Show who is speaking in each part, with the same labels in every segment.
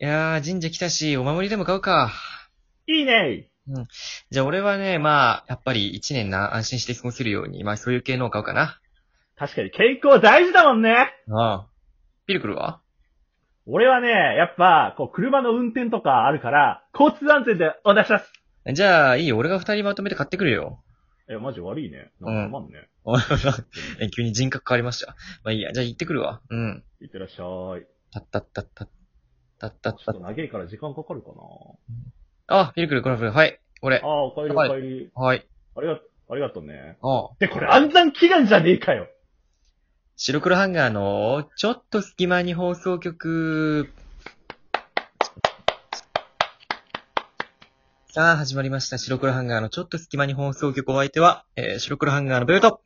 Speaker 1: いやー、神社来たし、お守りでも買うか。
Speaker 2: いいね
Speaker 1: じゃあ俺はね、まあ、やっぱり一年な、安心して過ごせるように、まあそういう系のを買うかな。
Speaker 2: 確かに健康大事だもんね
Speaker 1: ああ。ピルクルは
Speaker 2: 俺はね、やっぱ、こう、車の運転とかあるから、交通安全でお出します
Speaker 1: じゃあ、いいよ、俺が二人まとめて買ってくるよ。
Speaker 2: え、マジ悪いね。なんかまんね。
Speaker 1: お急に人格変わりました。まあいいや、じゃあ行ってくるわ。うん。
Speaker 2: いってらっしゃい。
Speaker 1: たったったった。たったっ
Speaker 2: ちょ
Speaker 1: た
Speaker 2: っと。長いから時間かかるか
Speaker 1: あ、ピルクル、コラフル、はい。俺
Speaker 2: な。ああ、おかえりお
Speaker 1: はい
Speaker 2: かえり。
Speaker 1: はい。
Speaker 2: ありが、ありがとうね。
Speaker 1: ああ。
Speaker 2: で、これ暗算祈願じゃねえかよ
Speaker 1: 白黒ハンガーの、ちょっと隙間に放送局。さあ、始まりました。白黒ハンガーのちょっと隙間に放送局お相手は、えー、白黒ハンガーのベルト。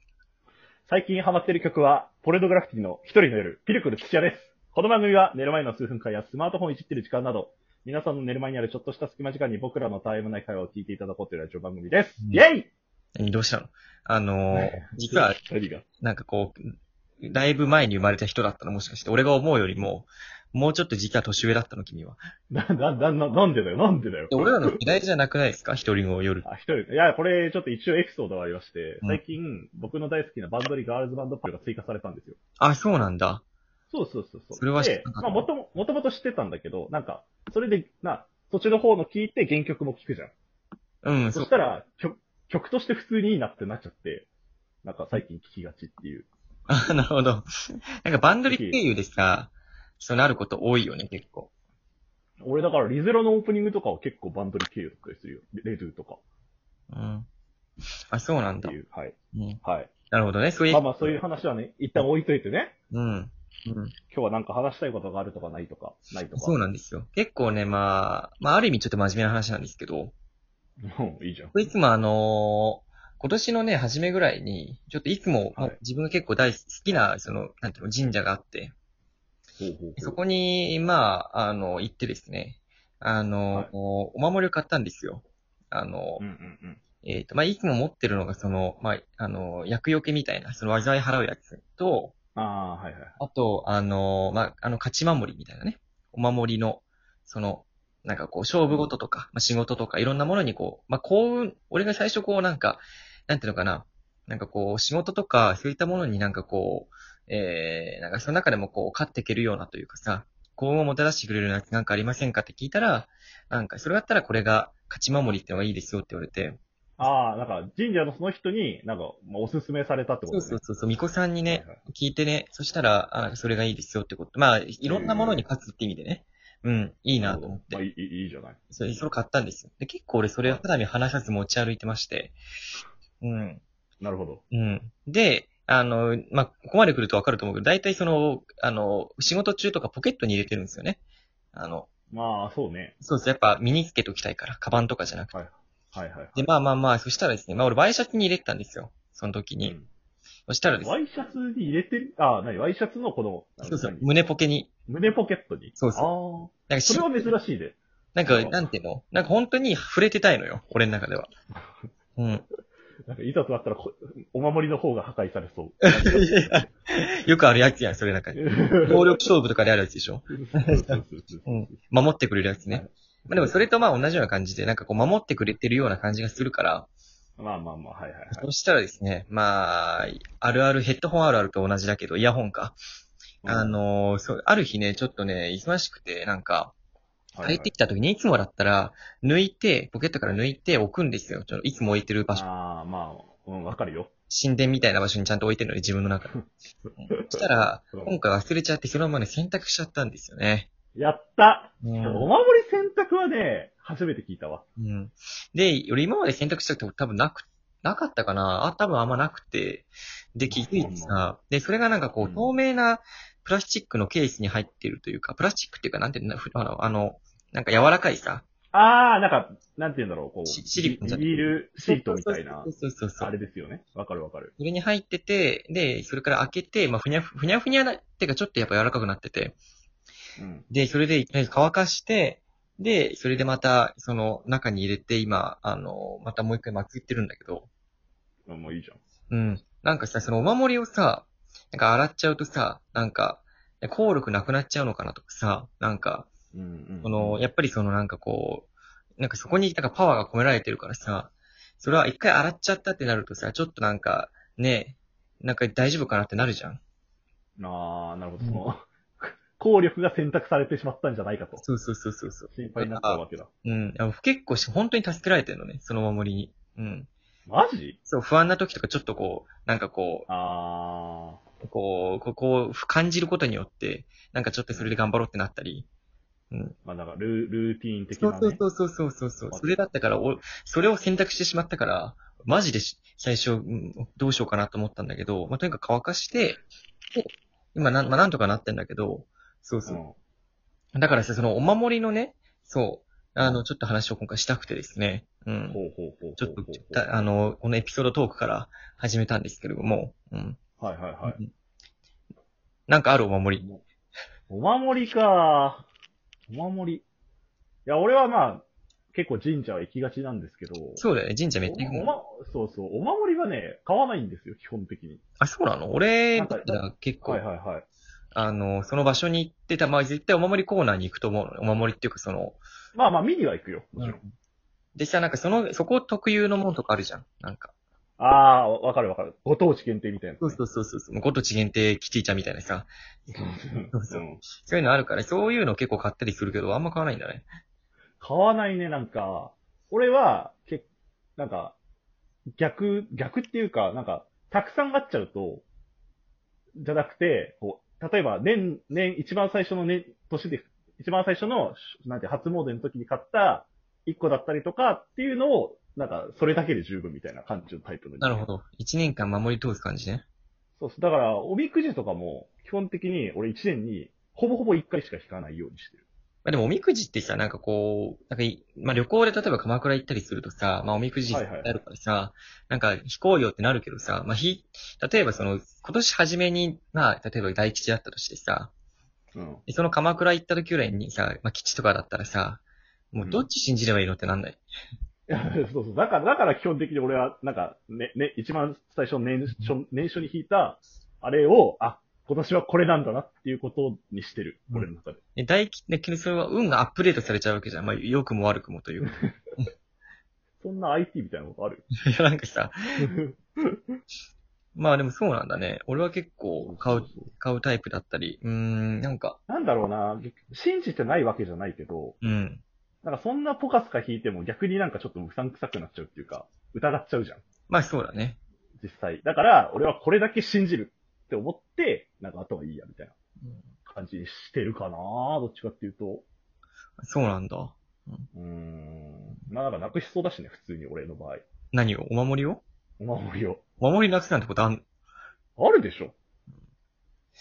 Speaker 2: 最近ハマってる曲は、ポルノグラフィティの一人の夜、ピルクル土屋です。この番組は寝る前の数分間やスマートフォンいじってる時間など、皆さんの寝る前にあるちょっとした隙間時間に僕らのタイムない会話を聞いていただこうというラジオ番組です。
Speaker 1: うん
Speaker 2: イェイ
Speaker 1: 何どうしたのあのー、実は、
Speaker 2: 二人が。
Speaker 1: なんかこう、だいぶ前に生まれた人だったの、もしかして。俺が思うよりも、もうちょっと実は年上だったの、君は。
Speaker 2: な、な、な、ななんでだよ、なんでだよ
Speaker 1: で。俺らの世代じゃなくないですか一人の夜。
Speaker 2: あ、一人。いや、これ、ちょっと一応エピソードがありまして、
Speaker 1: うん
Speaker 2: 最近、僕の大好きなバンドリガールズバンドっていうのが追加されたんですよ。
Speaker 1: あ、そうなんだ。
Speaker 2: そうそうそうそう。
Speaker 1: それは知ら
Speaker 2: で
Speaker 1: な、かった
Speaker 2: まあ、もとも、もともと知ってたんだけど、なんか、それで、な、そっちの方の聞いて原曲も聞くじゃん。
Speaker 1: うん、
Speaker 2: そ
Speaker 1: そう
Speaker 2: し。たら、曲、曲として普通にいいなってなっちゃって、なんか最近聞きがちっていう。
Speaker 1: あ、 なるほど。なんかバンドリ経由でさ、そうなること多いよね、結構。
Speaker 2: 俺だからリゼロのオープニングとかを結構バンドリ経由とかするよ。レレドゥとか
Speaker 1: うん。あ、そうなん
Speaker 2: って
Speaker 1: だ。
Speaker 2: いう。はい。
Speaker 1: うん。
Speaker 2: はい。
Speaker 1: なるほどね、そういう。
Speaker 2: まあまあそういう話はね、一旦置いといてね。
Speaker 1: うん。うん。
Speaker 2: 今日はなんか話したいことがあるとかないとか、ないとか。
Speaker 1: そうなんですよ。結構ね、まあ、まあ、ある意味ちょっと真面目な話なんですけど、
Speaker 2: うん、いいじゃん。
Speaker 1: いつもあのー今年のね、初めぐらいに、ちょっといつも、
Speaker 2: はい
Speaker 1: 自分が結構大好きな、その、なんていうの、神社があって、
Speaker 2: ほうほうほう
Speaker 1: そこに、まあ、あの、行ってですね、あの、
Speaker 2: はい
Speaker 1: お守りを買ったんですよ。あの
Speaker 2: う、んうんうん。
Speaker 1: えっ、と、まあ、いつも持ってるのが、その、まあ、あの、厄除けみたいな、その災い払うやつと、
Speaker 2: ああ、はいはい。
Speaker 1: あと、あの、まあ、あの、勝ち守りみたいなね、お守りの、その、なんかこう、勝負事とか、まあ、仕事とか、いろんなものにこう、まあ、幸運、俺が最初こう、なんか、なんていうのかな、なんかこう、仕事とか、そういったものになんかこう、えー、なんかその中でもこう、勝っていけるようなというかさ、幸運をもたらしてくれるやつなんかありませんかって聞いたら、なんか、それだったらこれが、勝ち守りってのがいいですよって言われて、
Speaker 2: ああ、なんか神社のその人に、なんか、まあ、おすすめされたって
Speaker 1: そ
Speaker 2: こと
Speaker 1: う
Speaker 2: ね。
Speaker 1: そうそうそう、巫女さんにね
Speaker 2: はい、はい
Speaker 1: 聞いてね、そしたら、あそれがいいですよってこと。まあ、いろんなものに勝つって意味でね。うん、いいなと思っ
Speaker 2: まあい
Speaker 1: て。
Speaker 2: い、いいいいじゃない。
Speaker 1: それ、それ買ったんですよ。で、結構俺それを肌身離さず持ち歩いてまして。うん、
Speaker 2: なるほど。
Speaker 1: うん。で、あの、まあ、ここまで来るとわかると思うけど、大体その、あの、仕事中とかポケットに入れてるんですよね。あの、
Speaker 2: まあ、そうね。
Speaker 1: そうです。やっぱ身につけときたいから、カバンとかじゃなくて。
Speaker 2: はいはい。
Speaker 1: で、まあまあまあ、そしたらですね、まあ俺ワイシャツに入れてたんですよ。その時に。
Speaker 2: うん
Speaker 1: そしたらですね、
Speaker 2: ワイシャツに入れてる、ああ、なに、ワイシャツのこの、あの
Speaker 1: そうそう、
Speaker 2: 何
Speaker 1: 胸ポケに。
Speaker 2: 胸ポケットに。
Speaker 1: そうそう
Speaker 2: そ
Speaker 1: なんか
Speaker 2: ああ。それは珍しいで。
Speaker 1: なんか、なんていうのなんか本当に触れてたいのよ、俺の中では。うん。
Speaker 2: なんか、いざとなったらこ、お守りの方が破壊されそう。
Speaker 1: よくあるやつやん、 それなんか。 能力勝負とかであるやつでしょ
Speaker 2: そうそうそうそう
Speaker 1: うん。守ってくれるやつね。まあでもそれとまあ同じような感じで、なんかこう守ってくれてるような感じがするから、
Speaker 2: まあまあまあ、はいはいはい。
Speaker 1: そしたらですね、まあ、あるあるヘッドホンあるあると同じだけど、イヤホンか。あのーそう、ある日ね、ちょっとね、忙しくて、なんか、
Speaker 2: はいは
Speaker 1: 帰
Speaker 2: い
Speaker 1: ってきた時にいつもだったら、抜いて、ポケットから抜いて置くんですよ。ちょっといつも置いてる場所
Speaker 2: ああ、まあ、うん、わかるよ。
Speaker 1: 神殿みたいな場所にちゃんと置いてるので、自分の中で。うんそしたら、
Speaker 2: うん
Speaker 1: 今回忘れちゃって、そのままね、選択しちゃったんですよね。
Speaker 2: やった
Speaker 1: う
Speaker 2: お
Speaker 1: ん。
Speaker 2: 守り選択はね、初めて聞いたわ。
Speaker 1: うん、で、俺今まで選択したこと多分なく、なかったかなあ、多分あんまなくて。で、気づいてさ、で、それがなんかこ
Speaker 2: う
Speaker 1: う、
Speaker 2: ん
Speaker 1: 透明なプラスチックのケースに入ってるというか、プラスチックっていうか、なんていうんだ、ふあの、あのなんか柔らかいさ。
Speaker 2: ああ、なんか、なんて言うんだろう、こう、
Speaker 1: シシリコンじゃん
Speaker 2: ビールシートみたいな
Speaker 1: そう、そうそうそう
Speaker 2: あ。れですよね。わかるわかる。
Speaker 1: それに入ってて、で、それから開けて、まあ、ふにゃふふにゃふにゃな、ってかちょっとやっぱ柔らかくなってて。
Speaker 2: うん。
Speaker 1: で、それで、え乾かして、で、それでまた、その、中に入れて、今、あの、またもう一回まくってるんだけど、
Speaker 2: あもういいじゃん。
Speaker 1: うん。なんかさ、そのお守りをさ、なんか洗っちゃうとさ、なんか、効力なくなっちゃうのかなとかさ、なんか、
Speaker 2: うん
Speaker 1: この、やっぱりそのなんかこう、なんかそこになんかパワーが込められてるからさ、それは一回洗っちゃったってなるとさ、ちょっとなんか、ねえ、なんか大丈夫かなってなるじゃん。
Speaker 2: ああ、なるほど。
Speaker 1: うん
Speaker 2: その、効力が選択されてしまったんじゃないかと。
Speaker 1: そうそうそうそうそう。
Speaker 2: 心配になっちゃうわけだ。
Speaker 1: うん。あ結構し、本当に助けられてるのね、そのお守りに。うん。
Speaker 2: マジ
Speaker 1: そう、不安な時とかちょっとこう、なんかこ
Speaker 2: あ
Speaker 1: う、こう、こうこう感じることによって、なんかちょっとそれで頑張ろうってなったり。うん。
Speaker 2: あ、まあなんかルールーティーン的
Speaker 1: そ
Speaker 2: な
Speaker 1: う
Speaker 2: ね。
Speaker 1: そうそうそうそうそう。それだったから、お、それを選択してしまったから、マジでし最初、うんどうしようかなと思ったんだけど、まあ、とにかく乾かして、で今なん、まあ、なんとかなってんだけど、そうそう。
Speaker 2: うん
Speaker 1: だからさ、そのお守りのね、そう、あの、ちょっと話を今回したくてですね、うん。
Speaker 2: ほうほうほうほうほう。
Speaker 1: ちょっと、たあの、このエピソードトークから始めたんですけれども、うん。
Speaker 2: はいはいはい。
Speaker 1: なんかあるお守り。
Speaker 2: お守りか。お守り。いや、俺はまあ、結構神社は行きがちなんですけど。
Speaker 1: そうだよね、神社めっちゃ行く
Speaker 2: お
Speaker 1: も
Speaker 2: お
Speaker 1: ん。
Speaker 2: ま、そうそう。お守りはね、買わないんですよ、基本的に。
Speaker 1: あ、そうなの俺、
Speaker 2: な
Speaker 1: だ
Speaker 2: ん
Speaker 1: っ
Speaker 2: か
Speaker 1: たら結構、
Speaker 2: はいはいはい。
Speaker 1: あの、その場所に行ってた、まあ絶対お守りコーナーに行くと思うのよ。お守りっていうかその、
Speaker 2: まあまあ、見には行くよ、もちろん。
Speaker 1: でさ、なんかその、そこ特有のものとかあるじゃん。なんか。
Speaker 2: ああー、わかるわかる。ご当地限定みたいな。
Speaker 1: そうそうそうそう。ごと地限定キティちゃんみたいなさ。そうそううんそういうのあるから、そういうの結構買ったりするけど、あんま買わないんだね。
Speaker 2: 買わないね、なんか。俺は、け、なんか、逆、逆っていうか、なんか、たくさん買っちゃうと、じゃなくて、こう、例えば、年、年、一番最初の年、年で、一番最初の、なんて、初詣の時に買った、一個だったりとかっていうのを、なんか、それだけで十分みたいな感じのタイプの。
Speaker 1: なるほ。ど。一年間守り通す感じね。
Speaker 2: そうそう。だから、おみくじとかも、基本的に、俺一年に、ほぼほぼ一回しか引かないようにしてる。
Speaker 1: まあでもおみくじってさ、なんかこう、なんかい、まあ旅行で例えば鎌倉行ったりするとさ、まあおみくじあ
Speaker 2: はいはい
Speaker 1: るからさ、なんか飛行よってなるけどさ、まあひ、例えばその、今年初めに、まあ例えば大吉だったとしてさ、
Speaker 2: うん。
Speaker 1: でその鎌倉行った時ぐらいにさ、まあ吉とかだったらさ、もうどっち信じればいいのってなんない。
Speaker 2: いやそうそう。だから、だから基本的に俺は、なんか、ね、ね、一番最初の年初、年初に引いた、あれを、あ、今年はこれなんだなっていうことにしてる。
Speaker 1: うん
Speaker 2: 俺の中で。
Speaker 1: で、大吉、ね、それは運がアップデートされちゃうわけじゃん。まあ、良くも悪くもと いうか。
Speaker 2: そんな IT みたいなことある
Speaker 1: いや、なんかさ、まあでもそうなんだね。俺は結構 買う、買うタイプだったり、うーん、なんか、
Speaker 2: なんだろうな、信じてないわけじゃないけど、
Speaker 1: うん。
Speaker 2: なんかそんなポカスカ引いても逆になんかちょっとうさんくさくなっちゃうっていうか、疑っちゃうじゃん。
Speaker 1: まあそうだね。
Speaker 2: 実際。だから、俺はこれだけ信じるって思って、なんかあとはいいや、みたいな感じにしてるかなどっちかっていうと。
Speaker 1: そうなんだ。
Speaker 2: うーん。まあなんかなくしそうだしね、普通に俺の場合。
Speaker 1: 何をお守りを
Speaker 2: お守りを。
Speaker 1: お守りなくすなんてことあん、
Speaker 2: あるでしょ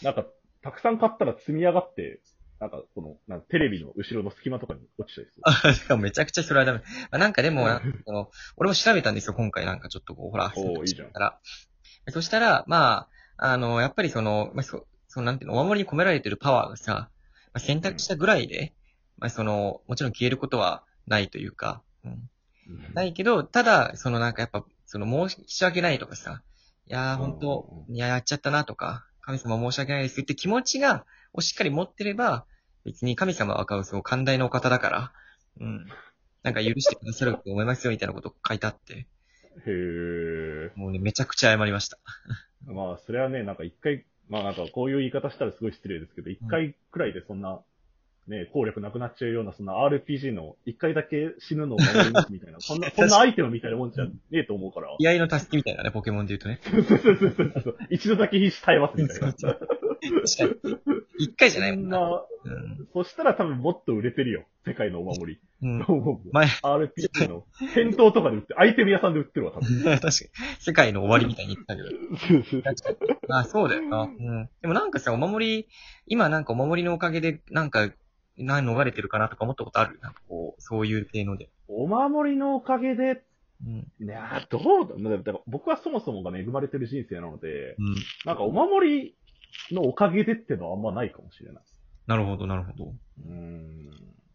Speaker 2: なんか、たくさん買ったら積み上がって、なんか、この、なんかテレビの後ろの隙間とかに落ちちゃいそう。
Speaker 1: あ、しかもめちゃくちゃそれはダメ。まあ、なんかでも、
Speaker 2: うん
Speaker 1: なんかその俺も調べたんですよ、今回なんかちょっとこう、ほら、
Speaker 2: おーいいじゃん。
Speaker 1: から。そしたら、まあ、あの、やっぱりその、まあ、そそのなんていうの、お守りに込められてるパワーがさ、まあ、選択したぐらいで、まあ、その、もちろん消えることはないというか、うん、ないいけど、ただ、そのなんかやっぱ、その申し訳ないとかさ、いやー、
Speaker 2: うん
Speaker 1: 本当いや、やっちゃったなとか、神様申し訳ないですって気持ちが、をしっかり持ってれば、別に神様は買う、そう、寛大なお方だから、うん。なんか許してくださると思いますよ、みたいなこと書いてあって、
Speaker 2: へー。
Speaker 1: もうね、めちゃくちゃ謝りました。
Speaker 2: まあ、それはね、なんか一回、まあなんかこういう言い方したらすごい失礼ですけど、一回くらいでそんな、ね、効力なくなっちゃうような、そんな RPG の一回だけ死ぬのを守りますみたいな、そんな、そんなアイテムみたいなもんじゃねえと思うから。
Speaker 1: 気合の助けみたいなね、ポケモンで言うと ね。
Speaker 2: そうそうそうそうそう。一度だけ必死耐えますみたいな。
Speaker 1: 確かに一回じゃない
Speaker 2: そ
Speaker 1: もん
Speaker 2: ん
Speaker 1: な。
Speaker 2: な、
Speaker 1: うん
Speaker 2: そしたら多分もっと売れてるよ。世界のお守り。
Speaker 1: う ん。
Speaker 2: 思う
Speaker 1: 前、
Speaker 2: RPG の店頭とかで売って、アイテム屋さんで売ってるわ、多分。
Speaker 1: 確かに、世界の終わりみたいに言ったけど。まあそうだよな。うん。でもなんかさ、お守り、今なんかお守りのおかげで、なんか、何逃れてるかなとか思ったことあるなんかこう、そういう系ので。
Speaker 2: お守りのおかげで、
Speaker 1: うん。
Speaker 2: いやーどうだだから僕はそもそもが恵まれてる人生なので、
Speaker 1: うん。
Speaker 2: なんかお守りのおかげでってのはあんまないかもしれない。
Speaker 1: なるほど、なるほど。
Speaker 2: うーん。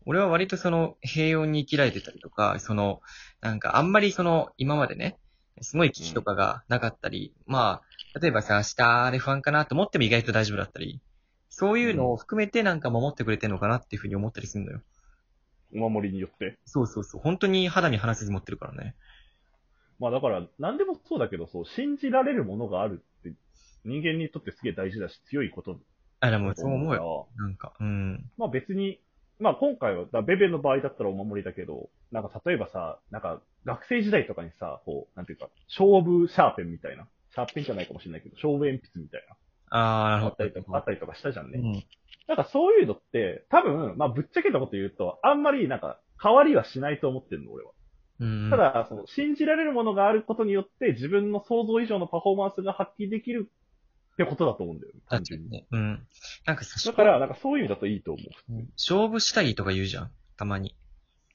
Speaker 1: 俺は割とその、平穏に生きられてたりとか、その、なんかあんまりその、今までね、すごい危機とかがなかったり、まあ、例えばさ、明日あれ不安かなと思っても意外と大丈夫だったり、そういうのを含めてなんか守ってくれてんのかなっていうふうに思ったりするのよ。
Speaker 2: お守りによって。
Speaker 1: そうそうそう。本当に肌身離せず持ってるからね。
Speaker 2: まあだから、何でもそうだけど、そう、信じられるものがあるって、人間にとってすげえ大事だし、強いこと
Speaker 1: あ、で
Speaker 2: だ
Speaker 1: も
Speaker 2: と
Speaker 1: そう思う
Speaker 2: から
Speaker 1: よ。なんか、うん。
Speaker 2: まあ別に、まあ今回は、だベベの場合だったらお守りだけど、なんか例えばさ、なんか学生時代とかにさ、こう、なんていうか、勝負シャーペンみたいな。シャーペンじゃないかもしれないけど、勝負鉛筆みたい
Speaker 1: あー、なる
Speaker 2: な。
Speaker 1: ほ
Speaker 2: あったりと
Speaker 1: ど
Speaker 2: か、あっ。たりとかしたじゃんね。
Speaker 1: うん。
Speaker 2: なんかそういうのって、多分、まあぶっちゃけたこと言うと、あんまりなんか変わりはしないと思ってるの、俺は。
Speaker 1: うん。
Speaker 2: ただ、その、信じられるものがあることによって、自分の想像以上のパフォーマンスが発揮できるってことだと思うんだよね。
Speaker 1: 確
Speaker 2: 単
Speaker 1: か
Speaker 2: 純
Speaker 1: に
Speaker 2: に
Speaker 1: ね。うん。なんかさ、
Speaker 2: だから、なんかそういう意味だといいと思う。
Speaker 1: 勝負下着とか言うじゃん。たまに。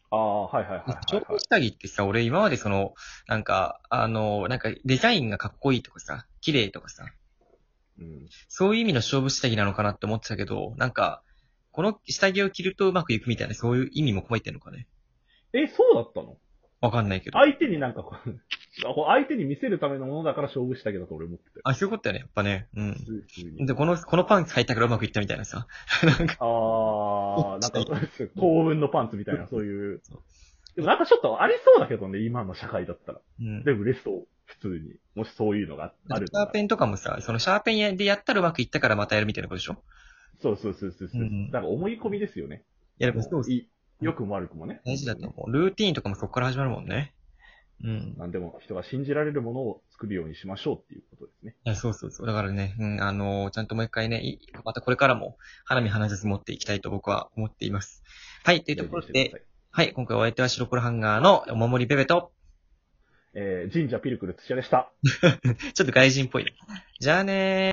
Speaker 2: ああ、はいはいはいはい、
Speaker 1: 勝
Speaker 2: はい
Speaker 1: 負。下着ってさ、俺今までその、なんか、あの、なんかデザインがかっこいいとかさ、綺麗とかさ、
Speaker 2: うん
Speaker 1: そういう意味の勝負下着なのかなって思ってたけど、なんか、この下着を着るとうまくいくみたいな、そういう意味も込めてんのかね。
Speaker 2: え、そうだったの
Speaker 1: わかんないけど。
Speaker 2: 相手になんかこう、 こう相手に見せるためのものだから勝負したけどと俺思ってたよ。
Speaker 1: あ、そういうことだよね、やっぱね。うん。
Speaker 2: 普通に。
Speaker 1: で、この、このパンツ履いたからうまくいったみたいなさ。なんか、
Speaker 2: あー、なんか、 幸運のパンツみたいな、そういう
Speaker 1: そう。
Speaker 2: でもなんかちょっとありそうだけどね、今の社会だったら。
Speaker 1: うん。
Speaker 2: で、嬉しそう。普通に。もしそういうのがある
Speaker 1: シャーペンとかもさ、そのシャーペンやでやったらうまくいったからまたやるみたいなことでしょ
Speaker 2: そうそうそうそうそう。
Speaker 1: うんうん
Speaker 2: だから思い込みですよね。
Speaker 1: いや、でもそう
Speaker 2: い良くも悪くもね。
Speaker 1: 大事だと思う。ルーティーンとかもそこから始まるもんね。うん。
Speaker 2: なんでも人が信じられるものを作るようにしましょうっていうことですね。
Speaker 1: いや、そうそうそう。だからね、うん、あのーちゃんともう一回ね、いまたこれからも、花見花ずつ持っていきたいと僕は思っています。はい、というところ
Speaker 2: してくだ
Speaker 1: で
Speaker 2: さ、い。
Speaker 1: はい、今回お相手は白黒ハンガーのお守りベベと、
Speaker 2: えー、神社ピルクル土屋でした。
Speaker 1: ちょっと外人っぽいね。じゃあねー。